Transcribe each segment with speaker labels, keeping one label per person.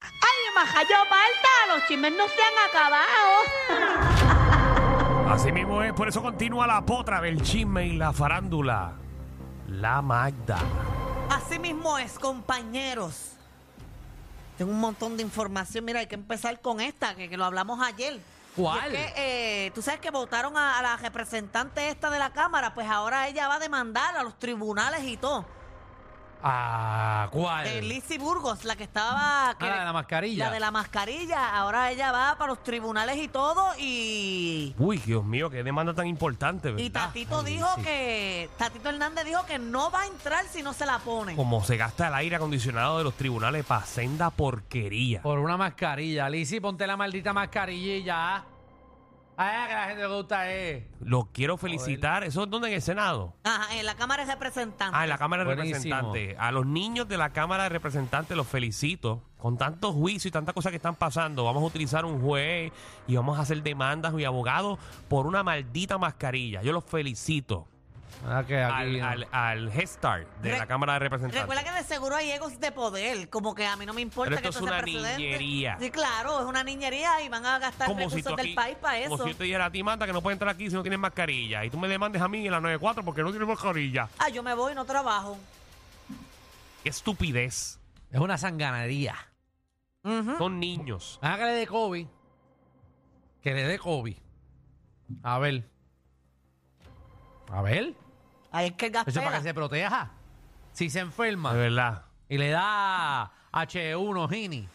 Speaker 1: ¡Ay, majayo palta! ¡Los chismes no se han acabado!
Speaker 2: Así mismo es, por eso continúa la potra del chisme y la farándula. La Magda.
Speaker 3: Así mismo es, compañeros. Tengo un montón de información. Mira, hay que empezar con esta, que, que lo hablamos ayer.
Speaker 4: ¿Cuál?
Speaker 3: Y es que, eh, Tú sabes que votaron a, a la representante esta de la Cámara, pues ahora ella va a demandar a los tribunales y todo.
Speaker 4: Ah, ¿cuál?
Speaker 3: Eh, Lizzy Burgos, la que estaba... que-
Speaker 4: Ah, la de la mascarilla.
Speaker 3: La de la mascarilla. Ahora ella va para los tribunales y todo y...
Speaker 2: Uy, Dios mío, qué demanda tan importante, ¿verdad?
Speaker 3: Y Tatito dijo que... Tatito Hernández dijo que no va a entrar si no se la pone.
Speaker 2: Como se gasta el aire acondicionado de los tribunales para senda porquería.
Speaker 4: Por una mascarilla. Lizzy, ponte la maldita mascarilla y ya. Ah, que la gente le gusta eh. es.
Speaker 2: Los quiero felicitar. ¿Eso es donde? En el Senado.
Speaker 3: Ajá, en la Cámara de Representantes.
Speaker 2: Ah, en la Cámara de
Speaker 4: Buenísimo.
Speaker 2: Representantes. A los niños de la Cámara de Representantes los felicito. Con tanto juicio y tantas cosas que están pasando, vamos a utilizar un juez y vamos a hacer demandas y abogados por una maldita mascarilla. Yo los felicito.
Speaker 4: Ah, que aquí
Speaker 2: al,
Speaker 4: no.
Speaker 2: al, al Head Start de
Speaker 3: Re-
Speaker 2: la Cámara de Representantes.
Speaker 3: Recuerda que de seguro hay egos de poder, como que a mí no me importa
Speaker 2: Pero
Speaker 3: que
Speaker 2: esto
Speaker 3: tú
Speaker 2: es
Speaker 3: seas
Speaker 2: una
Speaker 3: presidente.
Speaker 2: niñería.
Speaker 3: Sí, claro, es una niñería y van a gastar
Speaker 2: como si,
Speaker 3: recursos
Speaker 2: tú
Speaker 3: del
Speaker 2: aquí-
Speaker 3: país para eso.
Speaker 2: como si yo te dijera a ti, Manda, que no puedes entrar aquí si no tienes mascarilla. Y tú me demandes a mí en la 94 porque no tienes mascarilla.
Speaker 3: Ah, yo me voy, no trabajo.
Speaker 2: Qué estupidez.
Speaker 4: Es una sanganería.
Speaker 3: Ujú.
Speaker 2: Son niños.
Speaker 4: Ah, que le dé COVID. Que le dé COVID. A ver. A ver.
Speaker 3: Ahí es que el gas
Speaker 4: Eso es para
Speaker 3: pela.
Speaker 4: que se proteja. Si se enferma
Speaker 2: De verdad.
Speaker 4: y le da H1 Gini.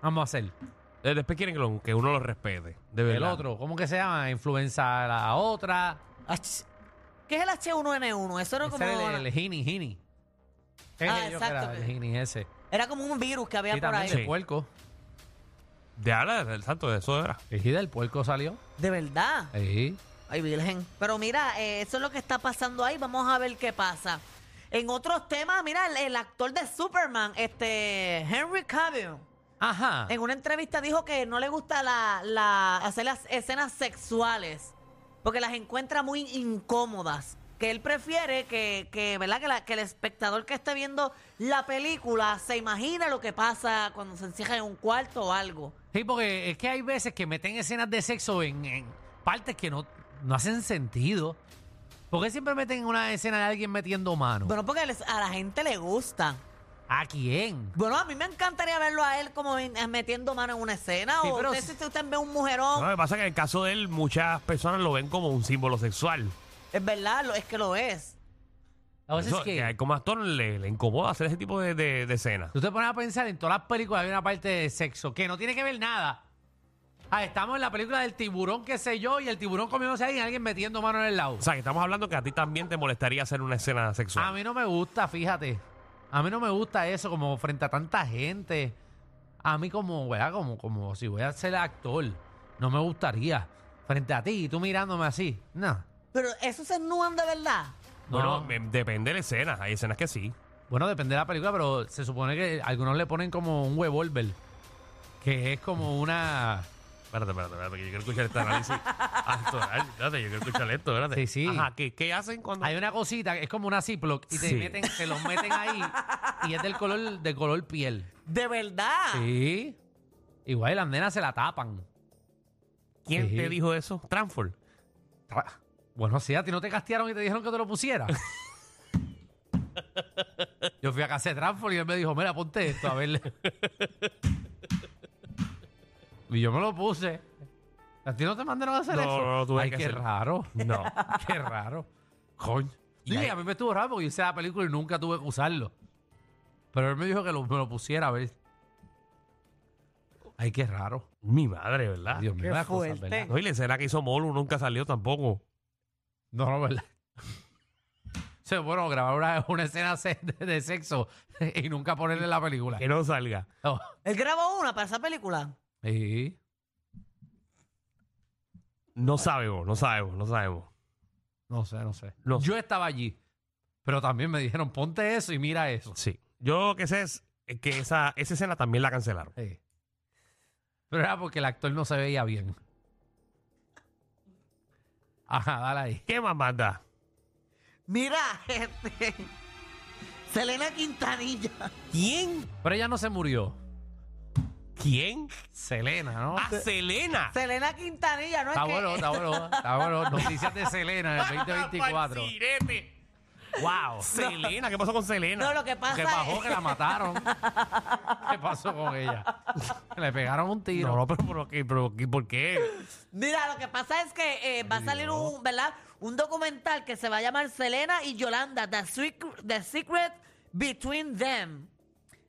Speaker 4: Vamos a hacer.
Speaker 2: Eh, Después quieren que, lo- que uno los respete. De
Speaker 4: El
Speaker 2: verdad.
Speaker 4: otro, ¿cómo que se llama? Influenza la otra.
Speaker 3: Ach. ¿Qué es el H1N1? Eso era
Speaker 4: Ese
Speaker 3: como,
Speaker 4: era el, el Gini, Gini. Ese
Speaker 3: Ah,
Speaker 4: yo que era
Speaker 3: exacto.
Speaker 4: el Gini ese.
Speaker 3: era como un virus que había
Speaker 4: Y
Speaker 3: por
Speaker 4: también
Speaker 3: ahí.
Speaker 4: el
Speaker 2: Sí.
Speaker 4: puerco.
Speaker 2: De habla del santo de eso era.
Speaker 4: El del puerco salió.
Speaker 3: De verdad.
Speaker 4: Sí.
Speaker 3: Ay, Virgen. Pero mira, eh, eso es lo que está pasando ahí. Vamos a ver qué pasa. En otros temas, mira, el, el actor de Superman, este Henry Cavill.
Speaker 4: Ajá.
Speaker 3: En una entrevista dijo que no le gusta la, la- hacer las escenas sexuales porque las encuentra muy incómodas. Que él prefiere que, que, ¿verdad? Que, la- que el espectador que esté viendo la película se imagina lo que pasa cuando se encierra en un cuarto o algo.
Speaker 4: Sí, porque es que hay veces que meten escenas de sexo en, en partes que no, no hacen sentido. ¿Por qué siempre meten una escena de alguien metiendo mano?
Speaker 3: Bueno, porque les- a la gente le gusta.
Speaker 4: ¿A quién?
Speaker 3: Bueno, a mí me encantaría verlo a él como en- metiendo mano en una escena.
Speaker 4: Sí,
Speaker 3: o
Speaker 4: pero
Speaker 3: usted,
Speaker 4: si- Ah.
Speaker 3: si usted ve un mujerón,
Speaker 2: No, lo que pasa es que en el caso de él, muchas personas lo ven como un símbolo sexual.
Speaker 3: es verdad, lo- es que lo es.
Speaker 4: A veces
Speaker 2: Eso,
Speaker 4: que,
Speaker 2: que como actor le, le incomoda hacer ese tipo de, de, de escenas.
Speaker 4: tú te pones a pensar en todas las películas hay una parte de sexo que no tiene que ver nada. Ah, estamos en la película del tiburón, qué sé yo, y el tiburón comiéndose ahí y alguien metiendo mano en el lado.
Speaker 2: O sea, que estamos hablando que a ti también te molestaría hacer una escena sexual.
Speaker 4: A mí no me gusta, fíjate. A mí no me gusta eso, como frente a tanta gente. A mí como, ¿verdad? Como, como si voy a ser actor. No me gustaría. Frente a ti, y tú mirándome así. No.
Speaker 3: Pero eso se ennúan de verdad.
Speaker 2: Bueno,
Speaker 4: No.
Speaker 2: eh, depende de la escena. Hay escenas que sí.
Speaker 4: Bueno, depende de la película, pero se supone que algunos le ponen como un revolver. Que es como una...
Speaker 2: Espérate, espérate, espérate, que yo quiero escuchar este análisis. Ah, esto, ay, espérate, yo quiero escuchar esto,
Speaker 4: Sí,
Speaker 2: espérate.
Speaker 4: sí.
Speaker 2: Ajá, ¿qué, qué hacen cuando...?
Speaker 4: Hay una cosita, es como una Ziploc y te
Speaker 2: Sí.
Speaker 4: meten, te los meten ahí y es del color, de color piel.
Speaker 3: De verdad.
Speaker 4: Sí. Igual y las nenas se la tapan.
Speaker 2: ¿Quién
Speaker 4: Sí.
Speaker 2: te dijo eso? Transform.
Speaker 4: Tra- Bueno, sí, a ti no te castearon y te dijeron que te lo pusieras. Yo fui a casa de Transform y él me dijo, mira, ponte esto, a verle. y yo me lo puse. ¿A ti no te mandaron a hacer
Speaker 2: No,
Speaker 4: eso?
Speaker 2: no, no, tuve
Speaker 4: Ay,
Speaker 2: que
Speaker 4: qué
Speaker 2: hacer-
Speaker 4: raro.
Speaker 2: No.
Speaker 4: qué raro. Coño.
Speaker 2: Y
Speaker 4: Sí,
Speaker 2: ahí-
Speaker 4: a mí me estuvo raro porque yo hice la película y nunca tuve que usarlo. Pero él me dijo que lo- me lo pusiera, a ver. Ay, qué raro.
Speaker 2: Mi madre, ¿verdad?
Speaker 4: Dios mío, las cosas,
Speaker 3: fuerte.
Speaker 4: ¿verdad?
Speaker 2: No, y la escena que hizo Molu nunca salió tampoco.
Speaker 4: No, no, ¿verdad? sea, bueno, grabar una, una escena se- de, de sexo y nunca ponerle la película.
Speaker 2: Que no salga.
Speaker 4: Oh,
Speaker 3: Él grabó una para esa película.
Speaker 4: sí.
Speaker 2: No sabemos, no sabemos, no sabemos.
Speaker 4: No sé, no sé.
Speaker 2: No sé.
Speaker 4: Yo estaba allí, pero también me dijeron, ponte eso y mira eso.
Speaker 2: Sí. Yo lo que sé es que esa, esa escena también la cancelaron.
Speaker 4: Sí. Pero era porque el actor no se veía bien. Ajá, dale ahí.
Speaker 2: ¿Qué más manda?
Speaker 3: Mira, este. Selena Quintanilla.
Speaker 2: ¿Quién?
Speaker 4: Pero ella no se murió.
Speaker 2: ¿Quién?
Speaker 4: Selena, ¿no?
Speaker 2: ¡A Selena!
Speaker 3: Selena Quintanilla, ¿no
Speaker 4: Está
Speaker 3: es que- eh,
Speaker 4: bueno, está bueno, está bueno. Noticias de Selena en el 2024.
Speaker 2: Sirete. ¡Wow! Selena, ¿qué pasó con Selena?
Speaker 3: No, lo que pasa
Speaker 4: Que bajó,
Speaker 3: es.
Speaker 4: que la mataron. ¿Qué pasó con ella? Le pegaron un tiro.
Speaker 2: No, no, pero, pero, ¿qué- pero qué- ¿por qué?
Speaker 3: Mira, lo que pasa es que eh, va a salir un, ¿verdad? Un documental que se va a llamar Selena y Yolanda, The Secret, The Secret Between Them.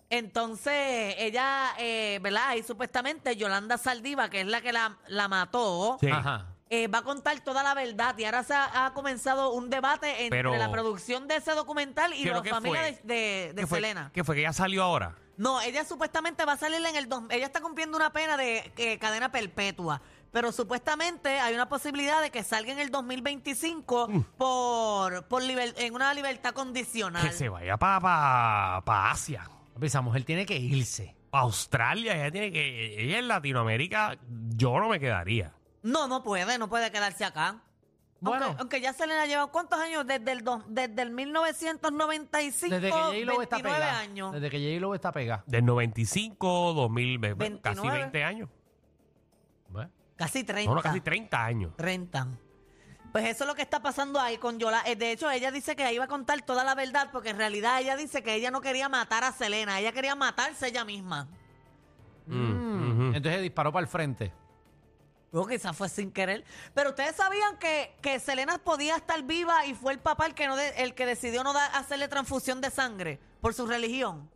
Speaker 3: Entonces, ella, eh, ¿verdad? Ahí supuestamente Yolanda Saldiva, que es la que la, la mató,
Speaker 2: Sí.
Speaker 4: Ajá.
Speaker 3: eh, va a contar toda la verdad. Y ahora se ha, ha comenzado un debate entre
Speaker 2: Pero-
Speaker 3: la producción de ese documental y
Speaker 2: ¿Pero
Speaker 3: la
Speaker 2: qué
Speaker 3: familia
Speaker 2: fue?
Speaker 3: de, de- de
Speaker 2: ¿Qué fue?
Speaker 3: Selena.
Speaker 2: ¿Qué fue? ¿Que ya salió ahora?
Speaker 3: No, ella supuestamente va a salir en el... dos- Ella está cumpliendo una pena de eh, cadena perpetua. Pero supuestamente hay una posibilidad de que salga en el 2025
Speaker 2: Mm.
Speaker 3: por, por liber- en una libertad condicional.
Speaker 2: Que se vaya para pa, pa Asia,
Speaker 4: Papi, Esa mujer tiene que irse.
Speaker 2: para Australia. Ella tiene que. Ella en Latinoamérica, yo no me quedaría.
Speaker 3: No, no puede, no puede quedarse acá.
Speaker 4: Bueno.
Speaker 3: Aunque, aunque ya se le ha llevado cuántos años desde el dos- desde el 1995
Speaker 4: Desde que J. Lo está
Speaker 3: 29
Speaker 4: pegada.
Speaker 3: años.
Speaker 4: Desde que J. Lo está pegada.
Speaker 2: Del 95, 2000, ve- ve- casi
Speaker 3: 29.
Speaker 2: 20 años.
Speaker 4: Bueno.
Speaker 3: Casi 30.
Speaker 2: No, no, casi 30 años.
Speaker 3: rentan. Pues eso es lo que está pasando ahí con Yola. eh, De hecho, ella dice que iba a contar toda la verdad, porque en realidad ella dice que ella no quería matar a Selena, ella quería matarse ella misma.
Speaker 4: Mm. Entonces disparó para el frente.
Speaker 3: Luego quizás fue sin querer. Pero ustedes sabían que, que Selena podía estar viva y fue el papá el que, no de- el que decidió no dar- hacerle transfusión de sangre por su religión.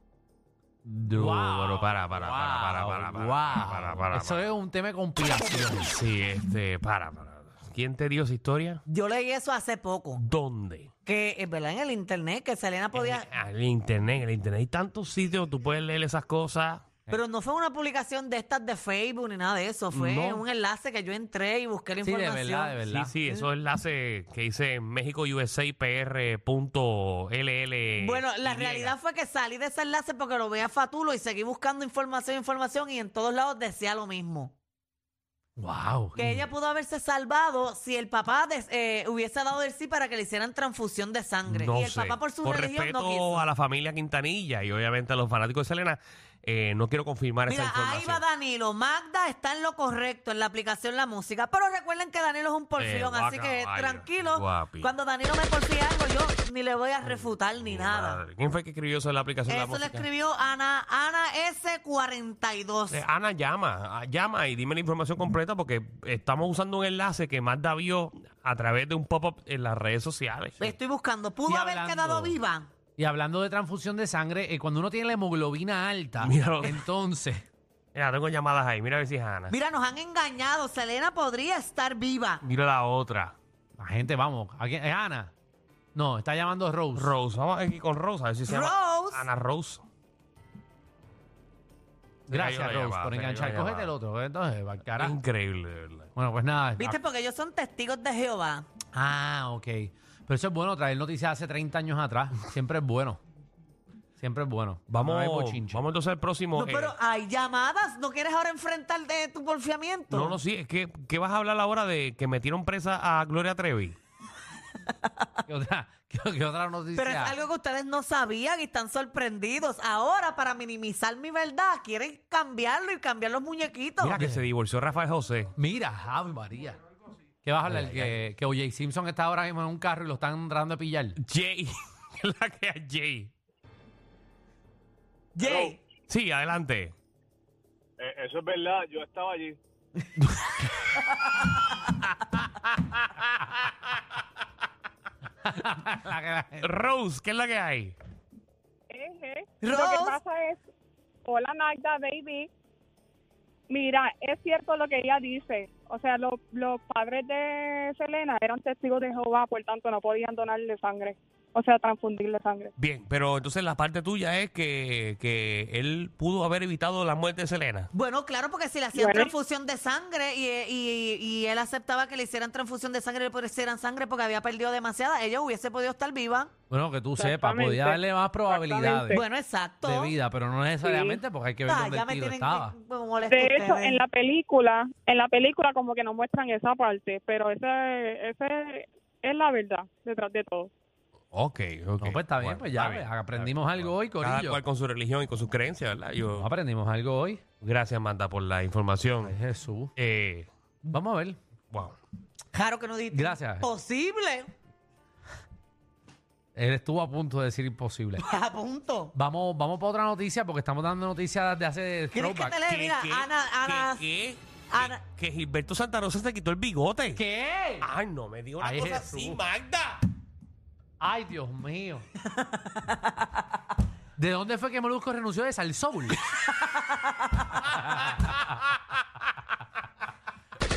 Speaker 2: No,
Speaker 4: Wow,
Speaker 2: pero para, para, para, para,
Speaker 4: wow,
Speaker 2: para, para,
Speaker 4: wow.
Speaker 2: para, para,
Speaker 4: Eso
Speaker 2: para.
Speaker 4: es un tema de compilación.
Speaker 2: Sí, este, para, para. ¿Quién te dio esa historia?
Speaker 3: Yo leí eso hace poco.
Speaker 2: ¿Dónde?
Speaker 3: Que, eh, ¿verdad? En el internet, que Selena podía.
Speaker 2: En, el internet, en el internet hay tantos sitios, tú puedes leer esas cosas.
Speaker 3: Pero no fue una publicación de estas de Facebook ni nada de eso. Fue
Speaker 2: No.
Speaker 3: un enlace que yo entré y busqué la
Speaker 4: Sí, de
Speaker 3: información.
Speaker 4: verdad, de
Speaker 2: Sí,
Speaker 4: verdad.
Speaker 2: sí,
Speaker 3: Mm.
Speaker 2: esos enlaces que dice mexicousapr.ll.
Speaker 3: Bueno, la realidad fue que salí de ese enlace porque lo veía fatulo y seguí buscando información, información y en todos lados decía lo mismo.
Speaker 4: Wow.
Speaker 3: Que ella pudo haberse salvado si el papá des- eh, hubiese dado el sí para que le hicieran transfusión de sangre.
Speaker 2: No
Speaker 3: y el
Speaker 2: sé.
Speaker 3: papá por su religión
Speaker 2: respeto
Speaker 3: no quiso.
Speaker 2: a la familia Quintanilla y obviamente a los fanáticos de Selena, eh, no quiero confirmar esa
Speaker 3: Mira, ahí
Speaker 2: información.
Speaker 3: va Danilo. Magda está en lo correcto en la aplicación La Música. Pero recuerden que Danilo es un porfión,
Speaker 2: Eh,
Speaker 3: así
Speaker 2: guaca,
Speaker 3: que
Speaker 2: vaya,
Speaker 3: tranquilo.
Speaker 2: guapi.
Speaker 3: Cuando Danilo me porfía algo, yo ni le voy a refutar ni nada.
Speaker 2: Madre, ¿Quién fue que escribió eso en la aplicación de la
Speaker 3: Eso le
Speaker 2: música?
Speaker 3: escribió Ana, Ana S42.
Speaker 2: Eh, Ana, llama, ah, llama y dime la información completa porque estamos usando un enlace que Magda vio a través de un pop-up en las redes sociales.
Speaker 3: Estoy buscando. ¿Pudo
Speaker 4: Y
Speaker 3: haber
Speaker 4: hablando-
Speaker 3: quedado viva?
Speaker 4: Y hablando de transfusión de sangre, eh, cuando uno tiene la hemoglobina alta,
Speaker 2: Míralo.
Speaker 4: entonces.
Speaker 2: Mira, tengo llamadas ahí, mira a ver si es Ana.
Speaker 3: Mira, nos han engañado. Selena podría estar viva.
Speaker 2: Mira la otra.
Speaker 4: La gente, vamos. ¿a quién? ¿Es Ana? No, está llamando Rose.
Speaker 2: Rose, vamos aquí con Rose, a ver si se llama
Speaker 3: Rose.
Speaker 2: Ana Rose.
Speaker 4: Gracias,
Speaker 2: Se
Speaker 4: Rose,
Speaker 2: cayó la llamada,
Speaker 4: por
Speaker 2: se cayó
Speaker 4: enganchar.
Speaker 2: la
Speaker 4: Cógete el
Speaker 2: llamada.
Speaker 4: otro. eh, Entonces, va al
Speaker 2: Es
Speaker 4: carajo.
Speaker 2: increíble, de verdad.
Speaker 4: Bueno, pues nada.
Speaker 3: ¿Viste? Porque ellos son testigos de Jehová.
Speaker 4: Ah, ok. Pero eso es bueno, traer noticias hace 30 años atrás. Siempre es bueno. Siempre es bueno.
Speaker 2: Vamos,
Speaker 4: No hay bochinche.
Speaker 2: vamos entonces al próximo.
Speaker 3: No,
Speaker 2: eh,
Speaker 3: pero hay llamadas. ¿No quieres ahora enfrentar de tu porfiamiento?
Speaker 2: no, no, sí, es que ¿qué vas a hablar ahora de que metieron presa a Gloria Trevi?
Speaker 4: ¿Qué otra, qué, qué otra noticia?
Speaker 3: Pero es algo que ustedes no sabían y están sorprendidos. Ahora, para minimizar mi verdad, quieren cambiarlo y cambiar los muñequitos.
Speaker 2: Mira que se divorció Rafael José.
Speaker 4: Mira, Javi María. ¿Qué vas a hablar? que que O.J. Simpson está ahora mismo en un carro y lo están tratando de pillar.
Speaker 2: Jay, la que es Jay.
Speaker 3: Jay,
Speaker 2: Sí, adelante.
Speaker 5: Eh, eso es verdad, yo estaba allí.
Speaker 4: La que la gente-
Speaker 2: Rose, ¿qué es la que hay?
Speaker 6: Eje. Lo
Speaker 3: Rose.
Speaker 6: que pasa es, hola Magda, baby. Mira, es cierto lo que ella dice. O sea, lo- los padres de Selena eran testigos de Jehová, por tanto no podían donarle sangre. o sea, transfundirle sangre.
Speaker 2: Bien, pero entonces la parte tuya es que, que él pudo haber evitado la muerte de Selena.
Speaker 3: Bueno, claro, porque si le hacían
Speaker 6: Bueno.
Speaker 3: transfusión de sangre y, y- y él aceptaba que le hicieran transfusión de sangre y le hicieran sangre porque había perdido demasiada, ella hubiese podido estar viva.
Speaker 4: Bueno, que tú sepas,
Speaker 6: Exactamente.
Speaker 4: podía darle más probabilidades
Speaker 3: Bueno, exacto.
Speaker 4: de vida, pero no necesariamente porque hay que ver
Speaker 3: Ah,
Speaker 4: dónde
Speaker 3: ya
Speaker 4: el
Speaker 3: me
Speaker 4: tiro
Speaker 3: tienen
Speaker 4: estaba.
Speaker 3: me- me molesta
Speaker 6: De hecho,
Speaker 3: ustedes.
Speaker 6: en la película, en la película como que no muestran esa parte, pero ese, ese es la verdad detrás de todo.
Speaker 2: Ok, ok.
Speaker 4: No, pues está bien,
Speaker 2: Bueno,
Speaker 4: pues ya
Speaker 2: está
Speaker 4: ve,
Speaker 2: bien,
Speaker 4: aprendimos
Speaker 2: está bien.
Speaker 4: algo hoy,
Speaker 2: Cada
Speaker 4: Corillo.
Speaker 2: cual con su religión y con sus creencias, ¿verdad? Yo,
Speaker 4: Aprendimos algo hoy.
Speaker 2: gracias, Manda, por la
Speaker 4: Ay,
Speaker 2: información.
Speaker 4: Jesús.
Speaker 2: Eh,
Speaker 4: Vamos a ver.
Speaker 2: wow.
Speaker 3: Claro que no dijiste.
Speaker 4: Gracias.
Speaker 3: Posible.
Speaker 4: Él estuvo a punto de decir imposible.
Speaker 3: A punto.
Speaker 4: Vamos, vamos para otra noticia porque estamos dando noticias de hace
Speaker 3: ¿Quieres que te
Speaker 4: throwback.
Speaker 3: lea? Eh, Mira,
Speaker 2: ¿Qué, qué,
Speaker 3: Ana, Ana,
Speaker 2: qué, qué?
Speaker 3: Ana-
Speaker 2: Que Gilberto Santa Rosa se quitó el bigote.
Speaker 4: ¿Qué?
Speaker 2: Ay, no, me diga una
Speaker 4: Ay,
Speaker 2: cosa
Speaker 4: Jesús.
Speaker 2: así, Magda.
Speaker 4: Ay, Dios mío. ¿De dónde fue que Molusco renunció de Salsoul?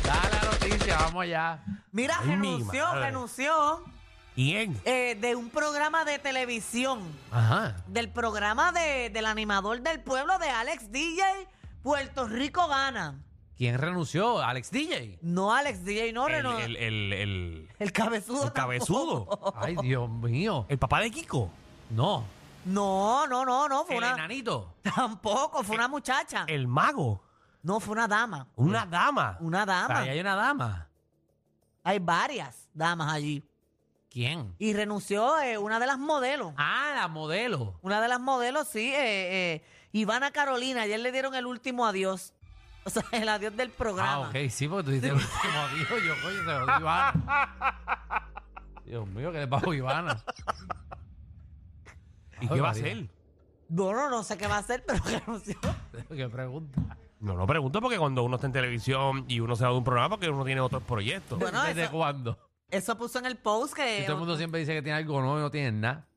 Speaker 4: Dale la noticia, vamos allá.
Speaker 3: mira,
Speaker 2: Ay, mi
Speaker 3: renunció,
Speaker 2: madre.
Speaker 3: renunció
Speaker 2: ¿Quién?
Speaker 3: eh, de un programa de televisión.
Speaker 4: Ajá.
Speaker 3: del programa de, del animador del pueblo de Alex DJ, Puerto Rico gana.
Speaker 4: ¿Quién renunció? ¿Alex DJ?
Speaker 3: No Alex DJ, no
Speaker 2: El,
Speaker 3: Reno-
Speaker 2: el, el, el-
Speaker 3: el cabezudo.
Speaker 2: el cabezudo.
Speaker 4: Ay, Dios mío.
Speaker 2: El papá de Kiko.
Speaker 4: No.
Speaker 3: No, no, no, no, fue
Speaker 4: El
Speaker 3: una.
Speaker 4: enanito.
Speaker 3: Tampoco, fue una muchacha.
Speaker 2: El mago.
Speaker 3: No, fue una dama.
Speaker 2: Una dama.
Speaker 3: Una dama.
Speaker 4: Ahí hay una dama.
Speaker 3: Hay varias damas allí.
Speaker 4: ¿Quién?
Speaker 3: Y renunció eh, una de las modelos.
Speaker 4: Ah, la modelo.
Speaker 3: Una de las modelos, sí, eh, eh, Ivana Carolina. Ayer le dieron el último adiós. O sea, el adiós del
Speaker 4: Ah,
Speaker 3: programa.
Speaker 4: ok, sí, porque tú dices, como dijo yo, coño, se lo digo Ivana. Dios mío, que le pasó a Ivana.
Speaker 2: ¿Y
Speaker 4: Ay,
Speaker 2: qué va a
Speaker 4: María.
Speaker 2: hacer?
Speaker 3: No, no, no sé qué va a hacer, pero renunció.
Speaker 4: Qué pregunta.
Speaker 2: No, no pregunto porque cuando uno está en televisión y uno se va de un programa porque uno tiene otros proyectos.
Speaker 3: Bueno,
Speaker 4: ¿Desde
Speaker 3: eso- eh,
Speaker 4: cuándo?
Speaker 3: Eso puso en el post que.
Speaker 4: Y todo el mundo siempre dice que tiene algo nuevo y no tiene nada.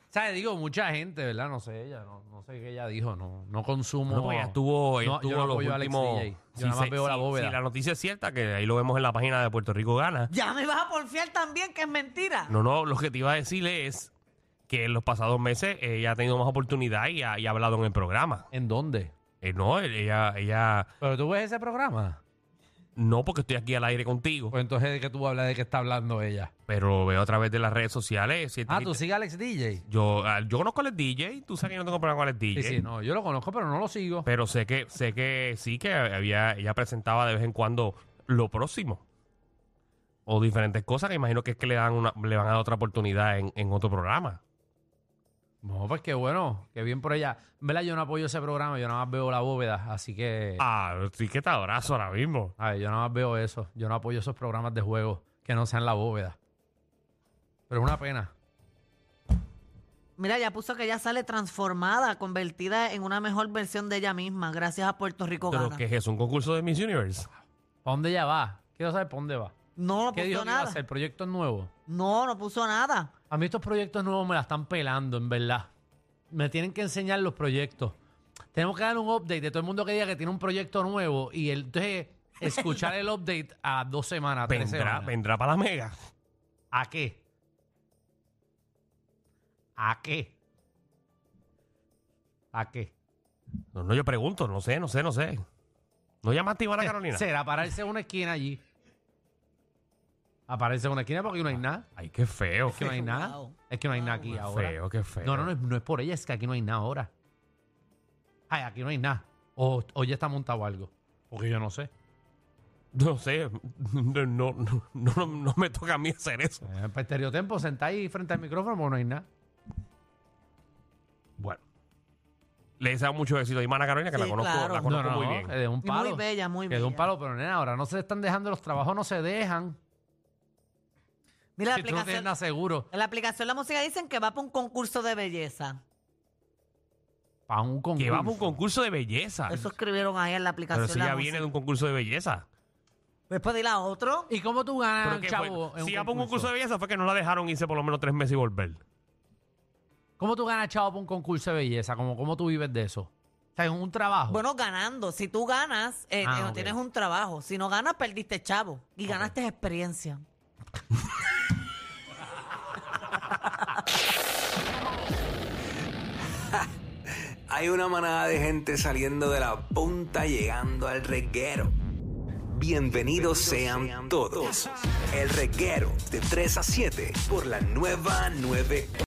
Speaker 4: O sea, digo, mucha gente, ¿verdad? No sé ella, no, no sé qué ella dijo, no, no consumo.
Speaker 2: Bueno, pues ella estuvo, ella
Speaker 4: No, yo
Speaker 2: estuvo
Speaker 4: no
Speaker 2: los
Speaker 4: apoyo a Alex
Speaker 2: últimos.
Speaker 4: DJ. Yo nada más
Speaker 2: se-
Speaker 4: veo la bóveda.
Speaker 2: si la noticia es cierta, que ahí lo vemos en la página de Puerto Rico Gana.
Speaker 3: Ya me vas a porfiar también, que es mentira.
Speaker 2: No, no, lo que te iba a decir es que en los pasados meses ella ha tenido más oportunidad y ha, y ha hablado en el programa.
Speaker 4: ¿En dónde?
Speaker 2: Eh, no, ella, ella.
Speaker 4: Pero tú ves ese programa.
Speaker 2: No, porque estoy aquí al aire contigo,
Speaker 4: Pues entonces, ¿de qué tú hablas? ¿De qué está hablando ella?
Speaker 2: pero veo a través de las redes sociales. ciertas
Speaker 4: Ah, tú
Speaker 2: inter-
Speaker 4: sigues a Alex DJ.
Speaker 2: Yo, ah, yo conozco al DJ, tú sabes que yo no tengo problema con el
Speaker 4: Sí,
Speaker 2: DJ.
Speaker 4: sí, no, yo lo conozco, pero no lo sigo.
Speaker 2: Pero sé que, sé que sí que había, ella presentaba de vez en cuando lo próximo. O diferentes cosas que imagino que es que le dan una, le van a dar otra oportunidad en, en otro programa.
Speaker 4: No, pues qué bueno, qué bien por ella. ¿Verdad? Yo no apoyo ese programa, yo nada más veo la bóveda, así que.
Speaker 2: Ah, sí que te abrazo ahora mismo.
Speaker 4: A ver, yo nada más veo eso. Yo no apoyo esos programas de juego que no sean la bóveda. Pero es una pena.
Speaker 3: Mira, ya puso que ella sale transformada, convertida en una mejor versión de ella misma, gracias a Puerto Rico
Speaker 2: Pero
Speaker 3: Gana.
Speaker 2: que es eso, un concurso de Miss Universe.
Speaker 4: ¿Para dónde ella va? Quiero saber para dónde va.
Speaker 3: No, no
Speaker 4: ¿Qué dijo
Speaker 3: puso
Speaker 4: que iba a
Speaker 3: nada.
Speaker 4: hacer? ¿Proyectos nuevos?
Speaker 3: No, no puso nada.
Speaker 4: A mí estos proyectos nuevos me la están pelando, en verdad. Me tienen que enseñar los proyectos. Tenemos que dar un update de todo el mundo que diga que tiene un proyecto nuevo y el, entonces escuchar el update a dos semanas, tres
Speaker 2: Vendrá,
Speaker 4: semanas.
Speaker 2: vendrá para la mega.
Speaker 4: ¿A qué? ¿A qué? ¿A qué?
Speaker 2: No, no, yo pregunto, no sé, no sé, no sé. ¿No llamaste a Ivana Carolina?
Speaker 4: Será pararse en una esquina allí. Aparece en una esquina porque no hay nada.
Speaker 2: Ay, qué feo.
Speaker 4: Es que no hay nada.
Speaker 3: Wow.
Speaker 4: Es que no hay nada aquí
Speaker 2: Qué
Speaker 4: ahora.
Speaker 2: feo, qué feo.
Speaker 4: No, no, no, es- no es por ella, es que aquí no hay nada ahora. Ay, aquí no hay nada. O, o ya está montado algo. Porque yo no sé.
Speaker 2: No sé, no, no, no, no- no me toca a mí hacer eso.
Speaker 4: Eh, pues, Estereotempo, sentá ahí frente al micrófono porque no hay nada.
Speaker 2: Bueno. Le deseo mucho éxito a Imana Carolina, que
Speaker 3: Sí,
Speaker 2: la conozco,
Speaker 3: claro.
Speaker 2: la
Speaker 3: No,
Speaker 4: no,
Speaker 2: conozco
Speaker 4: Eh,
Speaker 2: muy bien.
Speaker 4: que de un
Speaker 3: Y muy
Speaker 4: palo.
Speaker 3: bella, muy
Speaker 4: que de un
Speaker 3: bella.
Speaker 4: palo, pero nena, ahora no se le están dejando los trabajos, no se dejan.
Speaker 3: Mira,
Speaker 4: si
Speaker 3: la
Speaker 4: tú no tienes
Speaker 3: aplicación.
Speaker 4: nada seguro.
Speaker 3: en la aplicación La Música dicen que va para un concurso de belleza.
Speaker 4: Para un concurso.
Speaker 2: que vamos a un concurso de belleza.
Speaker 3: Eso escribieron ahí en la aplicación.
Speaker 2: pero si
Speaker 3: La
Speaker 2: ya viene de Ah, un
Speaker 3: Música.
Speaker 2: concurso de belleza.
Speaker 3: Puedes pedir a otro.
Speaker 4: ¿Y cómo tú ganas,
Speaker 2: Pero que
Speaker 4: Ah, chavo?
Speaker 2: fue-
Speaker 4: en
Speaker 2: si ya pongo un concurso de belleza fue que no la dejaron irse por lo menos tres meses y volver.
Speaker 4: ¿Cómo tú ganas, chavo, por un concurso de belleza? ¿Cómo, cómo tú vives de eso? O sea, es un trabajo.
Speaker 3: Bueno, ganando. Si tú ganas, eh,
Speaker 4: Ah,
Speaker 3: eh,
Speaker 4: ok.
Speaker 3: tienes un trabajo. Si no ganas, perdiste chavo. Y ganaste experiencia.
Speaker 7: Hay una manada de gente saliendo de la punta llegando al reguero. Bienvenidos sean todos. El reguero de 3 a 7 por la nueva 9.